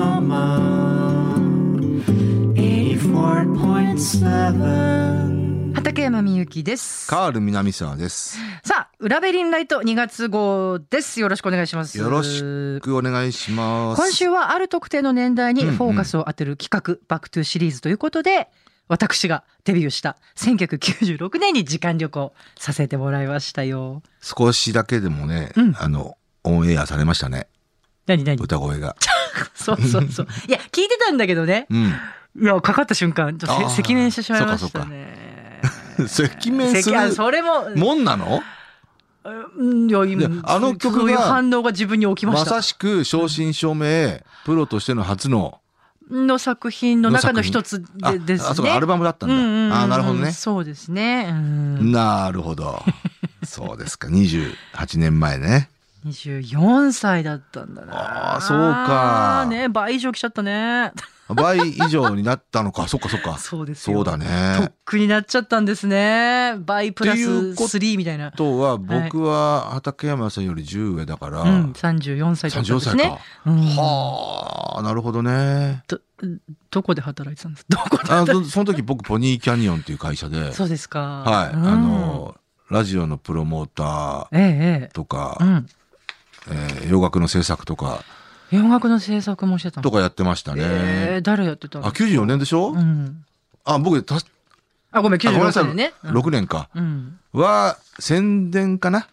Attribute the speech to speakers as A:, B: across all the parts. A: Oklahoma. 84.7.
B: 畠山みゆきです。
C: カール南沢です。
B: さあ、裏ベリンライト2月号です。よろしくお願いします。
C: よろしくお願いします。
B: 今週はある特定の年代に
C: うんうん
B: フォーカスを当てる企画、バックトゥーシリーズということで、私がデビューした1996年に時間旅行させてもらいましたよ。
C: 少しだけでもね、
B: うん
C: あのオンエアされましたね。
B: 何何
C: 歌 声が。
B: そうそう そう。いや、聞いてたんだけどね。
C: うん。
B: いや、かかった瞬間、ちょっ
C: あ
B: と
C: ー
B: せ赤面してしまいましたね。
C: 赤面する
B: 赤あそれも、
C: もんなの？
B: うんいや、今
C: いやあの曲
B: そ
C: が
B: ういう反応が自分に起きま
C: ま
B: した。
C: さしく正真正銘プロとしての初の
B: の作品の中の一つ
C: あ
B: でですね。
C: あそうかアルバムだったんだ。
B: うんうんうん
C: あなるほどね。
B: そうですね。うん
C: なる ほど。そうですか。二十八年前ね。
B: 24歳だったんだな。
C: あーそうか
B: ね、倍以上来ちゃったね。
C: 倍以上になったのか。そっかそ っか。
B: そうですよ。
C: そうだ
B: と
C: ね
B: っ。くになっちゃったんですね。倍プラス
C: っていうこと
B: 3みたいな
C: あ。とは僕は畠山さんより十上だから。
B: うん、34歳だったん
C: 34
B: です
C: 歳
B: ね
C: か。。
B: うん
C: はあ、なるほどね。
B: どどこで働いてたんですかどこで
C: あ
B: 働い
C: のその時僕ポニーキャニオンっていう会社で、はい、
B: そうですか。
C: あ
B: うん、
C: のラジオのプロモーター
B: えええ
C: とか
B: え。う、ん。
C: えー洋楽の制作とか
B: 洋楽の制作もしてたの
C: とかやってましたね。
B: ええ誰やってたの
C: あ、94年でしょ？
B: うん。
C: あ、僕た
B: あ、ごめん、
C: あごめんな
B: 96
C: さ
B: 歳
C: い
B: でね。うん
C: 6年か
B: うん。
C: は宣伝かな。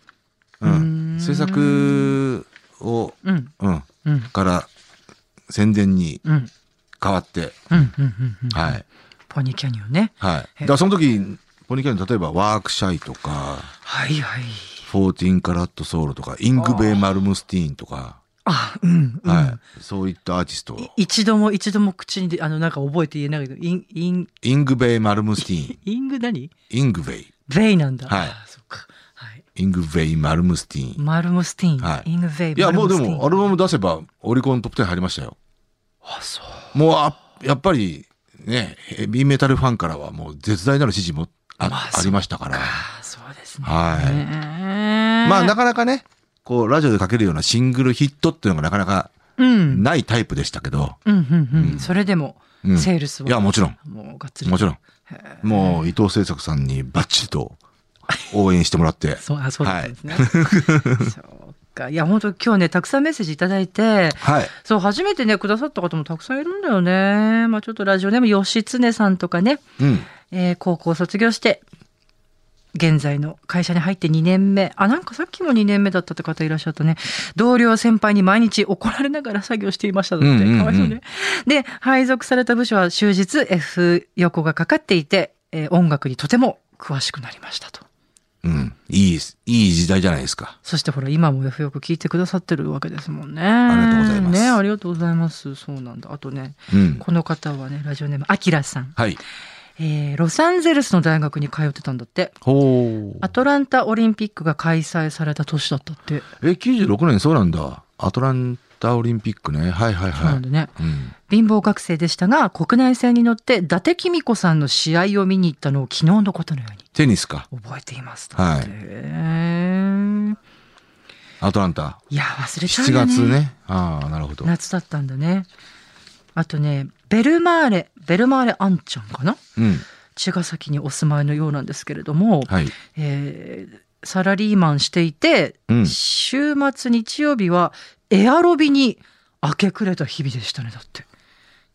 C: う
B: うーん
C: ん、制作を
B: うん。
C: うん
B: うん。
C: から宣伝に
B: うん。
C: 変わって、
B: うん。うん。うん。
C: はい
B: ポニーキャニオンね。
C: はい。だからその時ポニーキャニオン例えばワークシャイとか。
B: はいはい。
C: 14カラットソウルとかイングベイ・マルムスティーンとか、
B: あ、うん。うん
C: はい、そういったアーティスト
B: い一度も一度も口にで、あの、なんか覚えて言えないけど、イン、イン、
C: イングベイ・マルムスティーン
B: イング何
C: イングベイ
B: ベイなんだ。
C: はい
B: あそっか。はい。
C: イングベイ・マルムスティーン
B: マルムスティーン。
C: はい
B: イングベイ。
C: いやもうで
B: マルムスティ
C: も
B: ー
C: ア
B: ン
C: ルバム出せばオリコントップ10入りましたよ
B: あ、そう。
C: もうあやっぱりねヘビーメタルファンからはもう絶大なる支持もあ,、
B: まあ
C: ありましたから
B: あ、そうですね。
C: はいま
B: ま
C: あな
B: か、
C: かなかねこうラジオでかけるようなシングルヒットっていうのがなかなか
B: うん。
C: ないタイプでしたけど、
B: うん、うん、う。
C: うんん
B: それでも、
C: うん、
B: セールスは。
C: いやもちろん
B: もう、がっつり。
C: もちろん
B: へ
C: もう伊藤製作さんにバッチリと応援しても らって
B: そう、あ、そうだったんですね。そうか。いや、本当今日ね、たくさんメッセージいただいて、
C: はい。
B: そう、初めてね、くださった方もたくさんいるんだよね。まあちょっとラジオネーム、吉常さんとかね、
C: うん。
B: えー高校卒業して、現在の会社に入って2年目。あ、なんかさっきも2年目だったって方いらっしゃったね。同僚先輩に毎日怒られながら作業していましただって。
C: うんうんうん
B: かわいそうね。で、配属された部署は終日 F 横がかかっていて、えー音楽にとても詳しくなりましたと。
C: うん。いい、いい時代じゃないですか。
B: そしてほら今もよくよく聞いてくださってるわけですもんね。
C: りがとうございます
B: ね、ありがとうございます。そうなんだ。あとね、
C: うん。
B: この方はねラジオネームあきらさん、
C: はい。
B: えーロサンゼルスの大学に通ってたんだって。
C: ほ
B: アトランタオリンピックが開催された年だったって。
C: え、96年そうなんだ。アトランタオリンピックね。はいはい
B: そうな
C: は
B: んでね。
C: い。うん。
B: 貧乏学生でしたが国内線に乗って伊達公子さんの試合を見に行ったのを昨日のことのよう
C: テニスか。
B: に覚えています。
C: はい
B: だってへー
C: アトランタ。
B: いや忘れちゃう
C: 7
B: よ
C: 月ね。ああ、なるほど。
B: 夏だったんだねあとねベルマーレベルマーレアンちゃんかな
C: うん。
B: 茅ヶ崎にお住まいのようなんですけれども、
C: はい。
B: えーサラリーマンしていて、
C: うん。
B: 週末日曜日はエアロビに明け暮れた日々でしたねだって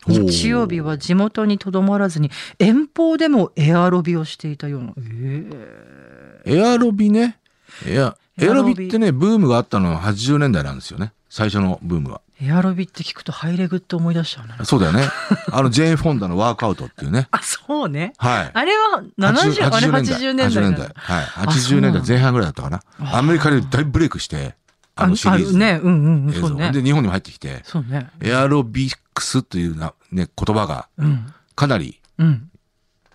C: おー
B: 日曜日は地元にとどまらずに遠方でもエアロビをしていたような、え
C: エアロビね。エア、
B: エ
C: エ
B: アロ
C: アロ
B: ビ
C: ビってね、ブームがあったのは80年代なんですよね。最初のブームは。
B: ーエアロビって聞くとハイレグって思い出しちゃうな
C: そう だよね。あの、ジェーン・フォンダのワークアウトっていうね。
B: あそうね
C: はい。
B: あれは70あれ80年代なんだ
C: はい。
B: あそう
C: 80
B: なの
C: 年代前半ぐらいだったかな。
B: あー
C: アメリカで大ブレイクして、あのシリーズ
B: あ
C: の
B: ね、うんうんうん、
C: 映像。
B: そうね。
C: で、日本にも入ってきて、
B: そうね。
C: エアロビクスというな、ね、言葉が
B: うん。
C: かなり
B: うん。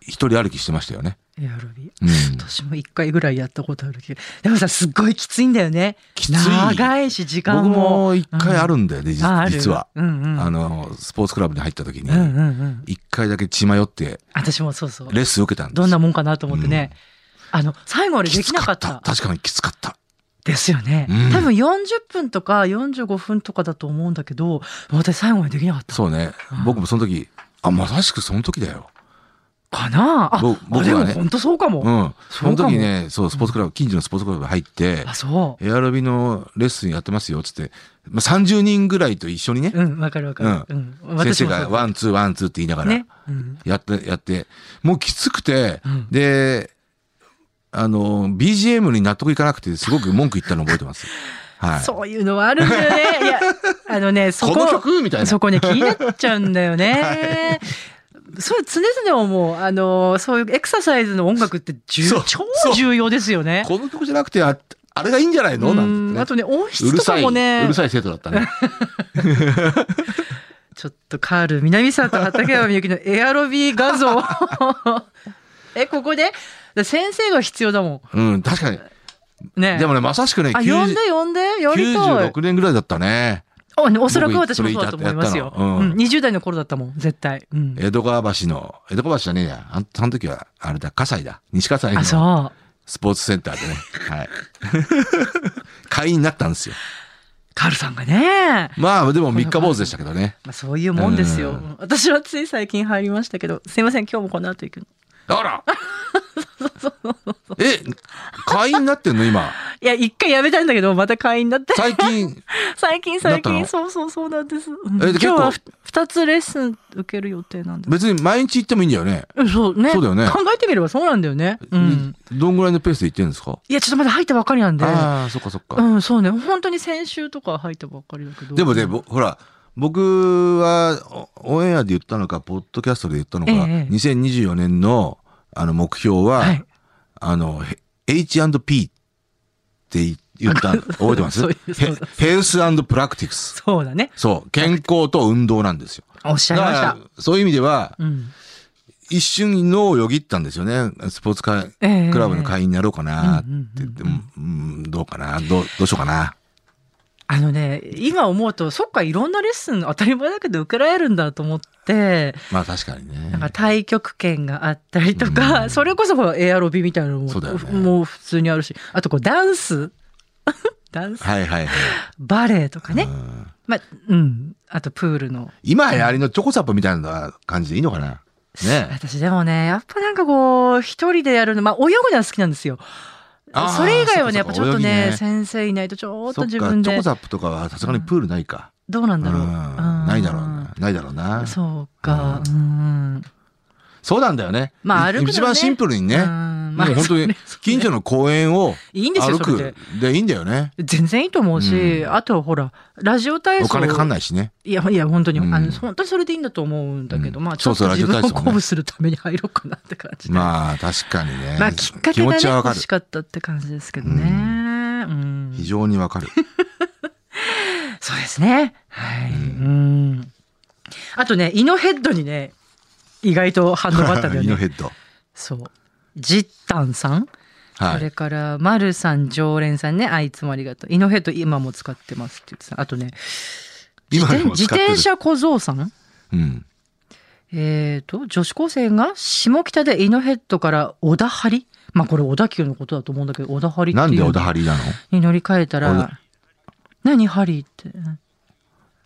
C: 一人歩きしてましたよね。
B: エアロビ。
C: うん
B: 私も一回ぐらいやったことあるけど、でもさ、すっごいきついんだよね。
C: きつい
B: 長いし、時間
C: 僕
B: も。
C: も一回あるんだよね、実
B: あある
C: 実は。
B: うんうん。
C: あの、スポーツクラブに入った時に
B: うん、うんうん。
C: 一回だけ血迷って、
B: 私もそうそう。
C: レッスン受けたんです。
B: どんなもんかなと思ってね。あの、最後あれできなかった。
C: 確かにきつかった。
B: ですよね、
C: うん
B: 多分40分とか45分とかだと思うんだけど私最後までできなかった
C: そうね
B: うん。
C: 僕もその時、あ、まさしくその時だよ。
B: かなあ
C: ぼ僕
B: あ
C: は
B: で
C: ね
B: も本当そうかも、
C: うん。
B: そ
C: そうの
B: かも
C: 時ね、そう、スポーツクラブ、近所のスポーツクラブ入って、
B: あそ
C: エアロビのレッスンやってますよ、つって、まあ、30人ぐらいと一緒にね
B: う、うんわかるわかる、うん
C: 先
B: 私
C: 生
B: もそう
C: がワンツーワンツーって言いながら
B: ね、うん
C: やって、やって、もうきつくて、
B: うん
C: で、あの、BGM に納得いかなくて、すごく文句言ったの覚え てます。はい。
B: そういうのはあるんだよね いやあのねそこ
C: この曲みたいな。
B: そこね気になっちゃうんだよ ね、そう常々思うあのそういうエクササイズの音楽って重
C: そう
B: 超
C: そう
B: 重要ですよね
C: この曲じゃなくて、ああれがいいんじゃないのなんて
B: うん
C: ね
B: あとね音
C: う
B: 質
C: る
B: と
C: さ
B: か
C: い、
B: もね
C: うるさい生徒だったね。
B: ちょっとカール南さんと畠山みゆきのエアロビー画 像 えここで先生が必要だも
C: うん、確 かに。
B: んね
C: でもね、まさしくね、
B: あ
C: 90
B: 呼んで呼んでやりたい
C: 96年ぐらいだったね。
B: おねおそらく私もそうだと
C: 僕
B: 思います
C: や
B: よ
C: っ、た
B: う
C: の
B: ん
C: うん
B: 20代の頃だったもん絶対、うん、
C: 江戸川橋の、江戸川橋じゃねえや。あんその時は、あれだ、葛西だ。西葛
B: あ
C: 西の
B: そう
C: スポーツセンターでね。はい。 会員になったんですよ。
B: カールさんがね
C: まあ、でも三日坊主でしたけどね。
B: まあ、そういうもんですよ、
C: うん
B: 私はつい最近入りましたけどすいません今日もこの後行くの
C: あらえ、会員になってんの今。
B: いや一回やめたんだけどまた会員になって
C: 最近、
B: 最近
C: な
B: 最
C: ったの
B: 近そうそうそうなんです、うん
C: えで
B: 今日は
C: 結
B: 2つレッスン受ける予定なんです
C: 別に毎日行ってもいいんだよね。
B: うんそうね
C: そうだよね
B: 考えてみればそうなんだよねうん
C: どんぐらいのペースで行ってるんですか
B: いやちょっとまだ入ったばっかりなんで
C: ああ、そっかそっか。
B: うんそうね本当に先週とか入ったばっかりだけど
C: でもね、ぼほら、僕はおオンエアで言ったのか、ポッドキャストで言ったのか、
B: ええ
C: 2024年のあの目標は、
B: はい
C: あの、へ H&P ってい言ったの、覚えてま
B: そ
C: す
B: ういうそうだ
C: ヘルスプラクティクス。
B: そうだね
C: そう、健康と運動なんですよ。
B: おっしゃいまし
C: だ
B: た
C: からそういう意味では、
B: うん
C: 一瞬脳をよぎったんですよね。スポーツカー
B: ええ
C: クラブの会員になろうかなって言って、
B: うんうん
C: うんどうかなどう、どうしようかな。
B: あのね今思うとそっかいろんなレッスン当たり前だけど受けられるんだと思って
C: まあ確かにね。
B: なんか対極拳があったりとか、
C: うん
B: それこそこうエアロビみたいなのも,、
C: そうだよね
B: もう普通にあるしあとこうダンス ダンス
C: はいはいはい。
B: バレエとかね、
C: うん
B: まあうん、あとプールの
C: 今流行りのチョコサップみたいな感じでいいのかなね
B: 私でもねやっぱなんかこう一人でやるのまあ泳ぐのは好きなんですよ
C: あー
B: それ以外はねや
C: そ
B: っぱ
C: っか
B: ち
C: そっ
B: ょっと
C: か泳ぎ
B: ね
C: ね
B: 先生いないとちょっと
C: そっかチ
B: 自分
C: ョ
B: で
C: コサップとかはさすがにプールないか、
B: どうなんだろう、
C: うんないだろうなないだろうなそう
B: そうかうん
C: なんだよね
B: まあ
C: い
B: 歩くのね
C: 一番シンプルにね、
B: うんまあ
C: もう本当
B: そ
C: に
B: れそれ
C: 近所の公園を
B: いいんですよ
C: 歩
B: それ
C: く
B: で
C: でいいんだよね
B: 全然いいと思うし、
C: う
B: あとほらラジオ体操
C: お金かかんないしね
B: いやいや本当に、
C: うん
B: あの本当にそれでいいんだと思うんだけど、
C: うん
B: まあちょっと
C: そうそう
B: 自分を
C: ラジオ体操ね
B: 鼓舞するために入ろうかなって感じで、ま
C: まあ確かにね
B: あ、きっかけ
C: 気
B: が
C: 持
B: ね
C: ちはわか
B: 欲
C: る
B: しかったって感じですけどね、う
C: うん非常にわかる
B: そうですねはい、うんあとね胃のヘッドにね意外と反応があったん だよ
C: イノ
B: ね
C: ヘッド
B: そうジッタンさん、
C: は
B: そ
C: い
B: れからマルさん常連さんねあいつもありがとう胃のヘッド今も使ってますって言ってたあとね
C: 今でも
B: 自
C: 使ってる
B: 転車小僧さん
C: うん
B: えー、と女子高生が下北でイノヘッドから小田張まあこれ小田急のことだと思うんだけど小田張っていう
C: なんで小田
B: の
C: 張 りなの
B: に乗り換えた
C: 小
B: ら
C: 田
B: 何ハリーって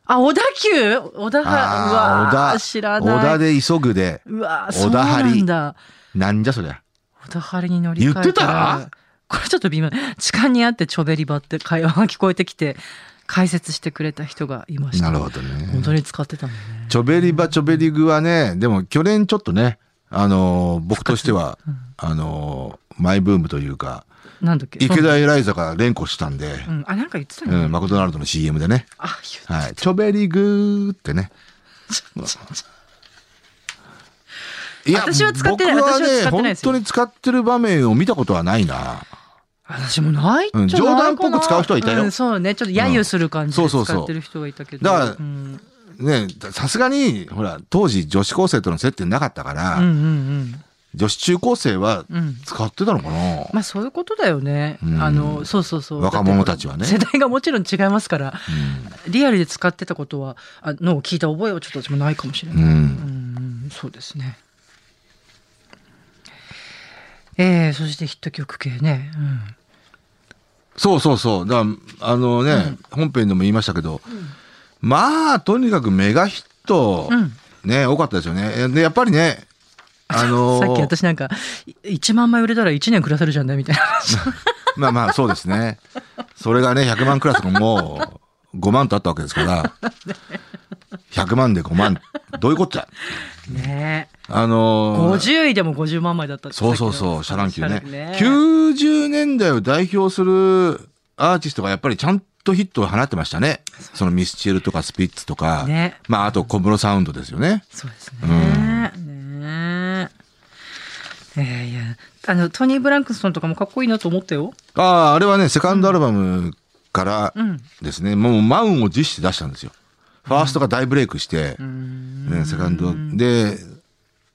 B: あ小田急小田
C: あ
B: 張
C: ー
B: うわ
C: 小
B: ー
C: 田
B: 知ら
C: 小
B: ない
C: 田で急ぐで
B: うわーそう
C: 小田張
B: なんだ
C: なんじゃそりゃ
B: 小田張に乗り換えたら
C: 言ってた
B: これちょっと微妙痴漢にあってちょべりばって会話が聞こえてきて解説してくれた人がいました
C: なるほどね
B: 本当に使ってたんだね
C: チョベリバチョベリグはね、でも去年ちょっとね、あのー僕としては、あのーマイブームというか、
B: なんだっけ
C: 池田エライザが連呼したんで、
B: うん、あなんか言ってた
C: う
B: ね、
C: ん、マクドナルドの CM でね、
B: あ言って
C: はい、チョベリグ ーってね。い
B: 私は使ってない
C: 僕は
B: 私は使
C: ね、
B: ってない
C: 本
B: ですよ
C: 当に使ってる場面を見たことはないな。
B: 私もない
C: うん
B: じゃないかな
C: 冗談っぽく使う人はいたよ
B: んそうねちょっと揶揄する感じ
C: う
B: で
C: んそうそう
B: 使
C: そう
B: ってる人はいたけど、
C: だから
B: うん、
C: ね、さすがに、ほら、当時女子高生との接点なかったから、
B: うんうん
C: 女子中高生は
B: うんうん
C: 使ってたのかな、
B: まあそういうことだよね、
C: うん
B: あのそうそうそう
C: 若者たちは
B: だ
C: ね
B: って世代がもちろん違いますから
C: うん
B: リアルで使ってたことはあのを聞いた覚えはちょっと私もないかもしれない、
C: うん
B: うんうんそうですねえー、そしてヒット曲系ね、うん、
C: そうそうそう。だからあのね、本編でも言いましたけど、まあ、とにかくメガヒット、
B: うん
C: ね、多かったですよね。で、やっぱりね、あ のー
B: さっき私なんかい1万枚売れたら1年暮らせるじゃんねみたいな話
C: まあまあ、そうですね。それがね、100万クラスがもう、5万とあったわけですから、100万で5万、どういうこっちゃ。
B: ねえ
C: あのー
B: 50位でも50万枚だったって
C: そうそうそ
B: さっ
C: う、
B: き
C: シャ
B: の
C: ランキュー
B: シャラ
C: ね
B: ン。キューね
C: 90年代を代表するアーティストがやっぱりちゃんとヒットを放ってましたね。そのミスチルとかスピッツとか、
B: ね
C: まああと小室サウンドですよね。
B: そうですね、ねええーいやあのトニー・ブランクストンとかもかっこいいなと思ったよ
C: ああ、あれはね、セカンドアルバムから
B: うん
C: ですね、もう満を持して出したんですよ。ファーストが大ブレイクして、
B: うーん
C: ね、セカンド、で、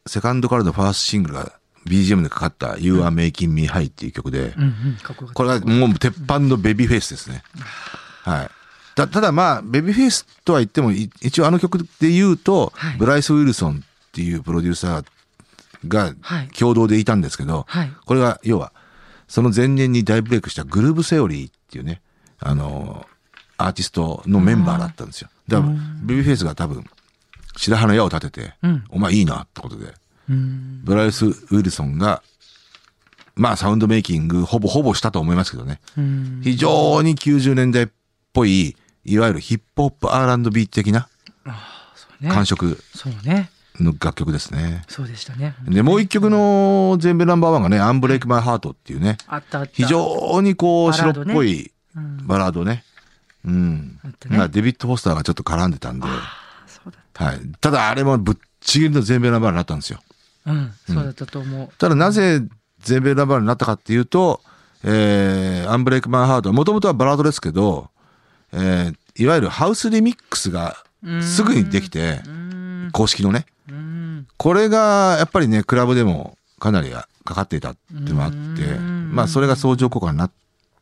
C: セカンドからのファーストシングルが BGM でかかった You are making me high っていう曲で、
B: うんうんかっこよかった
C: これはもう鉄板のベビーフェイスですね。はい。だただまあ、ベビーフェイスとは言っても、い一応あの曲で言うと、
B: はい
C: ブライス・ウィルソンっていうプロデューサーが
B: はい
C: 共同でいたんですけど、
B: はい
C: これが要は、その前年に大ブレイクしたグルーブ・セオリーっていうね、あの、アーティストのメンバーだったんですよ。だから、ベビーフェイスが多分、白羽の矢を立てて、
B: うん
C: お前いいなってことで、
B: うーん
C: ブライス・ウィルソンが、まあサウンドメイキングほぼほぼしたと思いますけどね。
B: うーん
C: 非常に90年代っぽい、いわゆるヒップホップ R&B 的な
B: そうね
C: 感触
B: そうね
C: の楽曲ですね。
B: そうでしたね
C: で、もう一曲の全米ナンバーワンがね、アンブレイクマイハートっていうね、
B: あったあった
C: 非常にこう
B: バラ
C: 白
B: ード
C: っ
B: ね
C: ぽい
B: うん
C: バラードね。うん
B: あっ。たね
C: まあデビッド・フォスターがちょっと絡んでたんで、
B: そうだっ
C: はい。ただあれもぶっちぎりの全米ナンバーになったんですよ。
B: たうんそうだったと思う
C: ただなぜ全米ラバーになったかっていうと、えーアンブレイクマンハートもともとはバラードですけど、えーいわゆるハウスリミックスがすぐにできて
B: うーん
C: 公式のね
B: うーん
C: これがやっぱりねクラブでもかなりかかっていたっていうのもあって
B: うん
C: まあそれが相乗効果になっ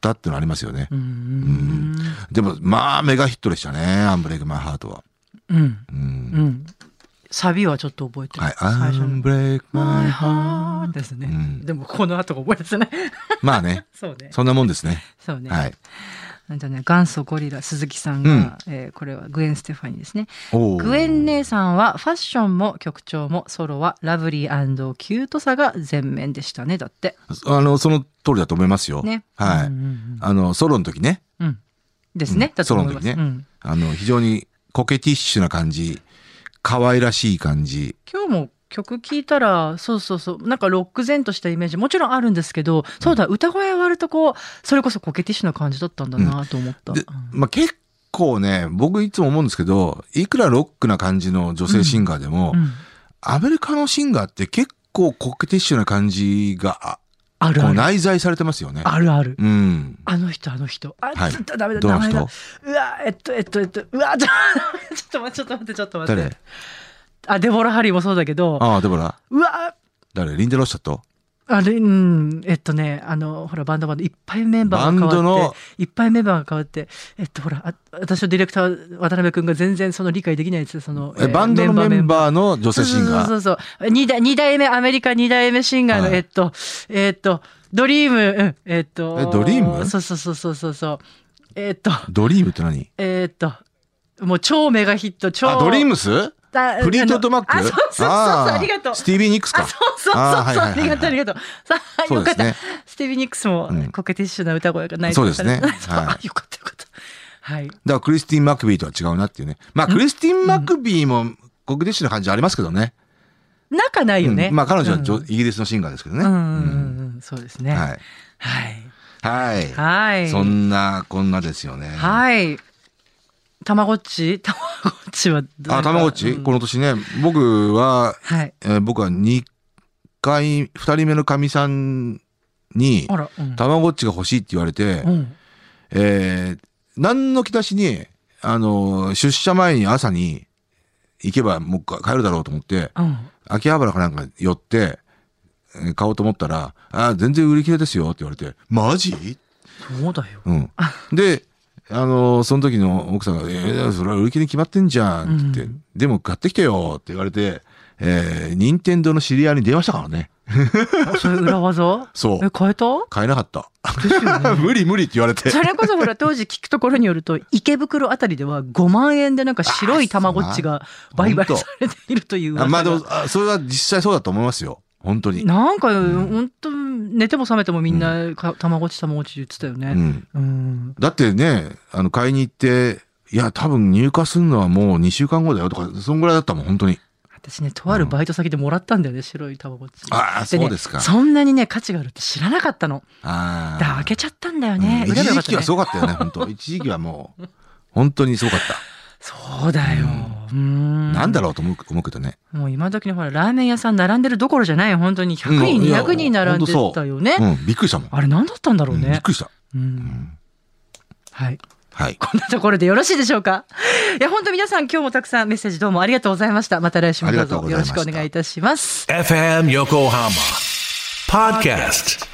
C: たっていうのはありますよね
B: うーん
C: でもまあメガヒットでしたねアンブレイクマンハートは。
B: うん
C: うん
B: うんサビはちょっと覚えてる、
C: はい、
B: 最
C: ア
B: 初
C: ン
B: の
C: ブレイク
B: 「マ
C: マ
B: イ
C: ン
B: ハート」ですね、
C: うん
B: でもこの後が覚えてない
C: まあね
B: そうね
C: そんなもんですね
B: そうね、
C: はい
B: なんとね元祖ゴリラ鈴木さんが、えーこれはグエン・ステファニーですね
C: おー
B: グエン姉さんはファッションも曲調もソロはラブリーキュートさが全面でしたねだって
C: あの、その通りだと思いますよ。
B: ね
C: はい。
B: うんうん
C: あの、ソロの時ね、
B: うんうんですね、
C: うん
B: だと思います、
C: ソロの時ね
B: うん
C: あの、非常にコケティッシュな感じ、可愛らしい感じ。
B: 今日も曲聴いたらそうそうそうなんかロック前としたイメージもちろんあるんですけどそうだ歌声は割とこうそれこそコケティッシュな感じだったんだなと思った、
C: で、まあ、結構ね、僕いつも思うんですけど、いくらロックな感じの女性シンガーでも、
B: うんうん
C: アメリカのシンガーって結構コケティッシュな感じが、
B: あ
C: あ
B: る
C: こ
B: ある
C: う内在されてますよね。
B: あるある
C: うん。
B: あの人あの人あ、
C: はい
B: ちょっとダメだ
C: ど
B: ダ
C: の
B: メ
C: 人
B: だうわえっとえっとえっとうわちょちょっと待ってちょっと待ってちょっと待って
C: 誰
B: あデボラ・ハリーもそうだけど
C: ああ、だから、
B: うわ
C: 誰リンデロッシャと
B: あれうんえっとねあのほらバンドバンドいっぱいメンバーが変わって
C: バンドの
B: いっぱいメンバーが変わってえっとほらあ私のディレクター渡辺君が全然その理解できないやつその
C: え、バンドのメンバーの女性シンガ
B: そ
C: ー。
B: うそうそうそう二代二代目アメリカ二代目シンガーの、
C: はい
B: えっとえっとドリームうんえっと
C: えドリーム
B: そうそうそうそうそうそうえっと
C: ドリームって何
B: えっともう超メガヒット超
C: あ、ドリームス
B: だ
C: フリートとマック
B: あのあそうそうそうそう
C: あー
B: ありがとう
C: スティービー・ニックスか
B: あそうそうそうそう
C: あー
B: あ,、
C: はいはいはいはい
B: りがとうありがとうさあ
C: そう
B: よ
C: で
B: かっ
C: す
B: た、
C: ね
B: スティービー・ニックスも
C: うん
B: コケティッシュな歌声がない
C: そうで すねは
B: はいい、よかったよかったはい
C: だからクリスティン・マクビーとは違うなっていうね。まあ、クリスティン・マクビーも国ディッシュな感じありますけどね。
B: 仲ないよね、
C: うんまあ、彼女は
B: うん
C: ジョイギリスのシンガーですけどね。
B: う
C: うん
B: うんんうんそうですね
C: はい。
B: はい
C: はい。
B: はい
C: そんな、こんなですよね。
B: はい。たまごっち たまごっちは
C: あ、たまごっち、
B: うん
C: この年ね、僕は、
B: はい。
C: えー僕は2回、2人目のかみさんに
B: あ、ら。うん
C: たまごっちが欲しいって言われて、
B: うん。
C: えー何の気出しに、あの、出社前に朝に行けばもう一回帰るだろうと思って、
B: うん。
C: 秋葉原かなんか寄って、えー買おうと思ったら、あ、全然売り切れですよって言われて、マジ
B: そうだよ。
C: うん。で、あのーその時の奥さんが、えーそれは売り切れに決まってんじゃんって言って、
B: うん
C: でも買ってきてよって言われて、ええー、任天堂の知り合いに電話したからね。
B: あそういう裏技
C: そう
B: え、変えた
C: 買えなかった。。
B: ですよね
C: 無理無理って言われて。
B: それこそほら当時聞くところによると池袋あたりでは5万円でなんか白いたまごっちが売買
C: あそう
B: されているという噂
C: あ
B: が
C: まあでも、あそれは実際そうだと思いますよ。本当に。
B: なんか
C: うん
B: 本当寝ても覚めてもみんなかたまごっちたまごっち言ってたよ
C: う
B: ね。
C: ん。
B: うん
C: だってね、あの、買いに行って、いや、多分入荷するのはもう2週間後だよとか、そんぐらいだったもん、本当に。
B: 私ねとあるバイト先でもらったんだよね白いたまごっち。
C: ああ、
B: で
C: そ
B: ね
C: うですか。
B: そんなにね価値があるって知らなかったの。
C: あ
B: だから
C: あ。
B: 開けちゃったんだよね。
C: うん
B: 裏で
C: 一
B: よかった
C: 時期
B: ね
C: はすごかったよね、本 当。一時期はもう、本当にすごかった。
B: そうだよ。うん
C: なんだろうと思う思うけどね。
B: もう今時のほらラーメン屋さん並んでるどころじゃないよ本当に100人
C: うんいや
B: 200人並んでたよね。
C: うん、びっくりしたもん。
B: あれ何だったんだろう
C: うんびっ
B: ね。
C: くりした。
B: うん
C: うん
B: はい。
C: はい。
B: こんなところでよろしいでしょうか。 いや、本当皆さん今日もたくさんメッセージどうもありがとうございました。また来週もどうぞよろしくお願いいたします。
A: FM Yokohama Podcast.